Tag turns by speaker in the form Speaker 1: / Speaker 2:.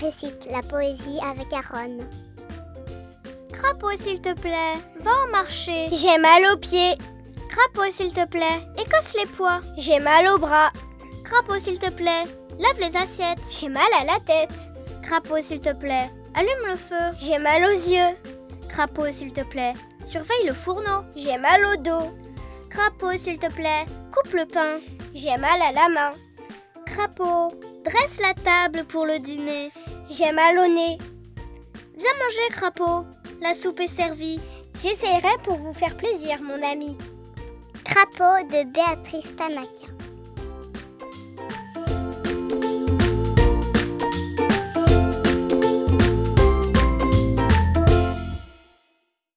Speaker 1: récite la poésie avec Aaron. Crapaud, s'il te plaît, va au marché.
Speaker 2: J'ai mal aux pieds,
Speaker 1: Crapaud, s'il te plaît, écosse les pois.
Speaker 2: j'ai mal aux bras,
Speaker 1: Crapaud, s'il te plaît, lave les assiettes.
Speaker 2: j'ai mal à la tête,
Speaker 1: Crapaud, s'il te plaît, allume le feu.
Speaker 2: j'ai mal aux yeux,
Speaker 1: Crapaud, s'il te plaît, surveille le fourneau.
Speaker 2: j'ai mal au dos,
Speaker 1: Crapaud, s'il te plaît, coupe le pain.
Speaker 2: j'ai mal à la main,
Speaker 1: Crapaud, dresse la table pour le dîner.
Speaker 2: j'ai mal au nez.
Speaker 1: Viens manger, crapaud. La soupe est servie.
Speaker 2: J'essayerai pour vous faire plaisir, mon ami.
Speaker 1: Crapaud de Béatrice Tanaka.